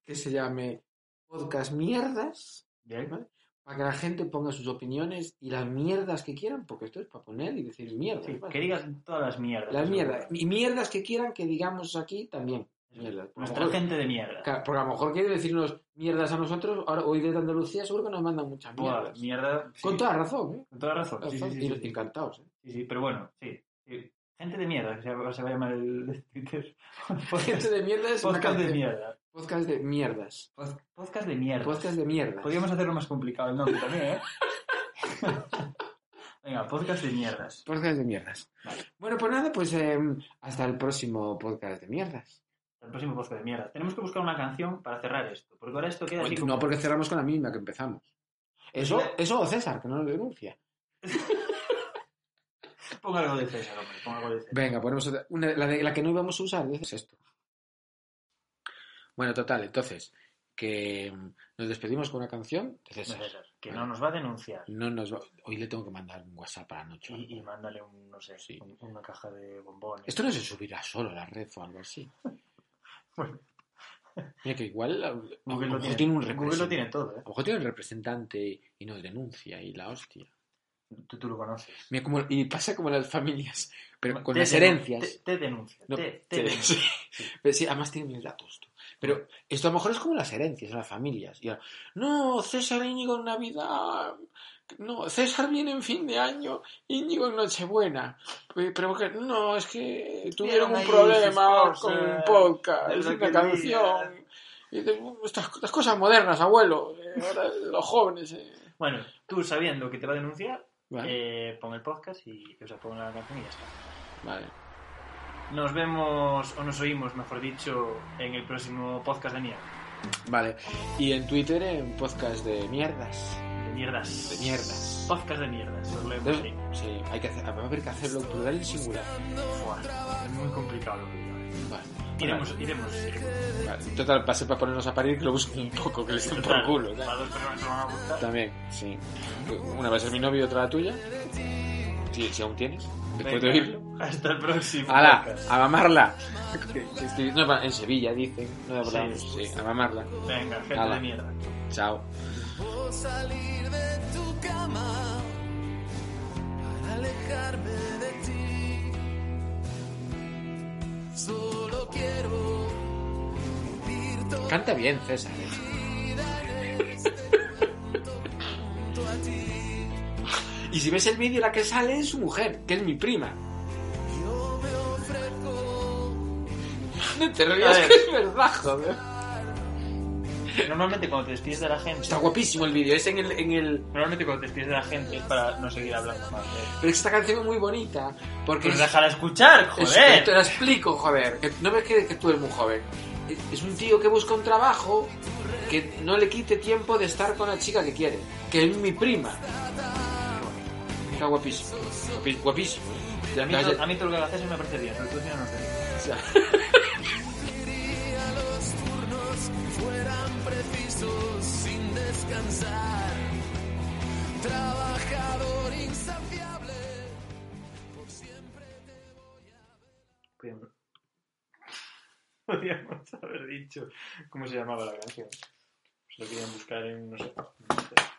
[SPEAKER 2] que se llame Podcast Mierdas
[SPEAKER 1] Bien.
[SPEAKER 2] para que la gente ponga sus opiniones y las mierdas que quieran, porque esto es para poner y decir mierdas.
[SPEAKER 1] Sí,
[SPEAKER 2] vale.
[SPEAKER 1] que digas todas las mierdas.
[SPEAKER 2] Las mierdas. Y mierdas que quieran que digamos aquí también. Mierdas. Por
[SPEAKER 1] Nuestra
[SPEAKER 2] favor.
[SPEAKER 1] gente de mierda.
[SPEAKER 2] Claro, Porque a lo mejor quiere decirnos mierdas a nosotros. Ahora, hoy desde Andalucía seguro que nos mandan muchas
[SPEAKER 1] Buah,
[SPEAKER 2] mierdas.
[SPEAKER 1] mierda, sí,
[SPEAKER 2] Con toda razón, ¿eh?
[SPEAKER 1] con toda razón.
[SPEAKER 2] Razón.
[SPEAKER 1] Sí, sí, sí,
[SPEAKER 2] Y-
[SPEAKER 1] sí, sí.
[SPEAKER 2] Encantados, ¿eh?
[SPEAKER 1] Sí, sí, pero bueno, sí. sí. Gente de mierda, que se va se va a llamar el Twitter.
[SPEAKER 2] Gente de mierda es una
[SPEAKER 1] Podcast de
[SPEAKER 2] canción.
[SPEAKER 1] mierda.
[SPEAKER 2] Podcast de mierdas.
[SPEAKER 1] Pod- Podcast de mierda.
[SPEAKER 2] Podcast de mierdas.
[SPEAKER 1] Podríamos hacerlo más complicado el nombre también, ¿eh? Venga, podcast de mierdas.
[SPEAKER 2] Podcast de mierdas. Bueno, pues nada, pues eh, hasta el próximo podcast de mierdas.
[SPEAKER 1] El próximo podcast de mierdas. Tenemos que buscar una canción para cerrar esto, porque ahora esto queda así
[SPEAKER 2] Oye,
[SPEAKER 1] como...
[SPEAKER 2] No, porque cerramos con la misma que empezamos. Eso,
[SPEAKER 1] Pues,
[SPEAKER 2] eso o César, que no lo denuncia.
[SPEAKER 1] Pongo algo de César, hombre, pongo algo de César.
[SPEAKER 2] Venga, ponemos otra- una- la, de- la que no íbamos a usar, dices esto. Bueno, total, entonces, que mm, nos despedimos con una canción de
[SPEAKER 1] No,
[SPEAKER 2] César.
[SPEAKER 1] César, que no nos va a denunciar.
[SPEAKER 2] No nos va- Hoy le tengo que mandar un WhatsApp a la noche.
[SPEAKER 1] Y, y mándale un, no sé,
[SPEAKER 2] Sí.
[SPEAKER 1] un- una caja de bombones.
[SPEAKER 2] Esto no se subirá solo a la red o algo así.
[SPEAKER 1] Bueno.
[SPEAKER 2] Mira que igual a- a- a
[SPEAKER 1] Google
[SPEAKER 2] lo
[SPEAKER 1] lo
[SPEAKER 2] mejor
[SPEAKER 1] tiene,
[SPEAKER 2] tiene un
[SPEAKER 1] Google lo
[SPEAKER 2] representante.
[SPEAKER 1] tiene todo, ¿eh?
[SPEAKER 2] A lo mejor tiene un representante y nos denuncia y la hostia.
[SPEAKER 1] Tú, tú lo conoces.
[SPEAKER 2] Mira, como, y pasa como las familias, pero con
[SPEAKER 1] Te
[SPEAKER 2] las
[SPEAKER 1] denun-
[SPEAKER 2] herencias.
[SPEAKER 1] Te, te denuncia.
[SPEAKER 2] No,
[SPEAKER 1] te, te
[SPEAKER 2] te-
[SPEAKER 1] denuncia.
[SPEAKER 2] sí. Pero sí, además tiene mis datos. tú. Pero esto a lo mejor es como las herencias, las familias. Y ahora, no, César Íñigo en Navidad. No, César viene en fin de año, Íñigo en Nochebuena. Pe- Pero que- no, es que
[SPEAKER 1] Vieron
[SPEAKER 2] tuvieron un
[SPEAKER 1] ahí
[SPEAKER 2] problema
[SPEAKER 1] sus
[SPEAKER 2] con un
[SPEAKER 1] cosas,
[SPEAKER 2] podcast,
[SPEAKER 1] de lo
[SPEAKER 2] una
[SPEAKER 1] que
[SPEAKER 2] canción. Y dices, estas, estas cosas modernas, abuelo. eh, ahora los jóvenes. eh".
[SPEAKER 1] Bueno, tú sabiendo que te va a denunciar,
[SPEAKER 2] Vale,
[SPEAKER 1] Eh, pon el podcast y o sea, pon la canción y ya está.
[SPEAKER 2] vale.
[SPEAKER 1] Nos vemos, o nos oímos, mejor dicho, en el próximo podcast de mierda.
[SPEAKER 2] Vale. Y en Twitter, en podcast de mierdas.
[SPEAKER 1] De mierdas.
[SPEAKER 2] De mierdas.
[SPEAKER 1] Podcast de mierdas, os lo hemos
[SPEAKER 2] Entonces,
[SPEAKER 1] dicho.
[SPEAKER 2] sí, hay que hacer, va a haber que hacerlo en plural y en singular.
[SPEAKER 1] Buah, Es muy complicado lo que digo.
[SPEAKER 2] Vale.
[SPEAKER 1] Iremos, iremos. iremos.
[SPEAKER 2] Vale, vale. Total, pase para ponernos a parir que lo busquen un poco, que les den por
[SPEAKER 1] pues- Total,
[SPEAKER 2] culo. ¿no?
[SPEAKER 1] Para dos personas se lo van a gustar.
[SPEAKER 2] También, sí. Una va a ser mi novio y otra la tuya. Si, si aún tienes. Después de oírlo.
[SPEAKER 1] Venga, Hasta el próximo.
[SPEAKER 2] ¡Hala!
[SPEAKER 1] podcast.
[SPEAKER 2] ¡A mamarla! Estoy- no, en Sevilla, dicen. No,
[SPEAKER 1] Sí.
[SPEAKER 2] sí, sí, a mamarla.
[SPEAKER 1] Venga, gente
[SPEAKER 2] Hala.
[SPEAKER 1] de mierda.
[SPEAKER 2] Chao.
[SPEAKER 3] Debo salir de tu cama para alejarme de ti. Solo quiero vivir todo
[SPEAKER 2] Canta bien, César. ¿eh?
[SPEAKER 3] este junto a ti.
[SPEAKER 2] Y si ves el vídeo, la que sale es su mujer, que es mi prima.
[SPEAKER 3] Yo me ofrezco
[SPEAKER 2] No te rías,
[SPEAKER 1] A ver.
[SPEAKER 2] que es verdad, joder.
[SPEAKER 1] Normalmente cuando te despides de la gente.
[SPEAKER 2] Está guapísimo el vídeo, es en el, en el...
[SPEAKER 1] Normalmente cuando te despides de la gente es para no seguir hablando más. de-
[SPEAKER 2] Pero es que esta canción es muy bonita, porque...
[SPEAKER 1] Pues
[SPEAKER 2] es-
[SPEAKER 1] déjala escuchar,
[SPEAKER 2] Es- te
[SPEAKER 1] joder.
[SPEAKER 2] lo explico, joder. Que no ves que, que tú eres muy joven. Es- Es un tío que busca un trabajo que no le quite tiempo de estar con la chica que quiere. Que es mi prima. Está guapísimo. Guapi- Guapísimo. ¿eh?
[SPEAKER 1] A mí, todo- a mí todo lo que hagas eso me parece bien, pero tú si no no sé.
[SPEAKER 2] O sea,
[SPEAKER 3] a los turnos que fueran precisos sin descansar. Trabajador insaciable, por siempre te voy a.
[SPEAKER 1] Podríamos- Podríamos haber dicho cómo se llamaba la canción. Pues lo querían buscar en, no sé.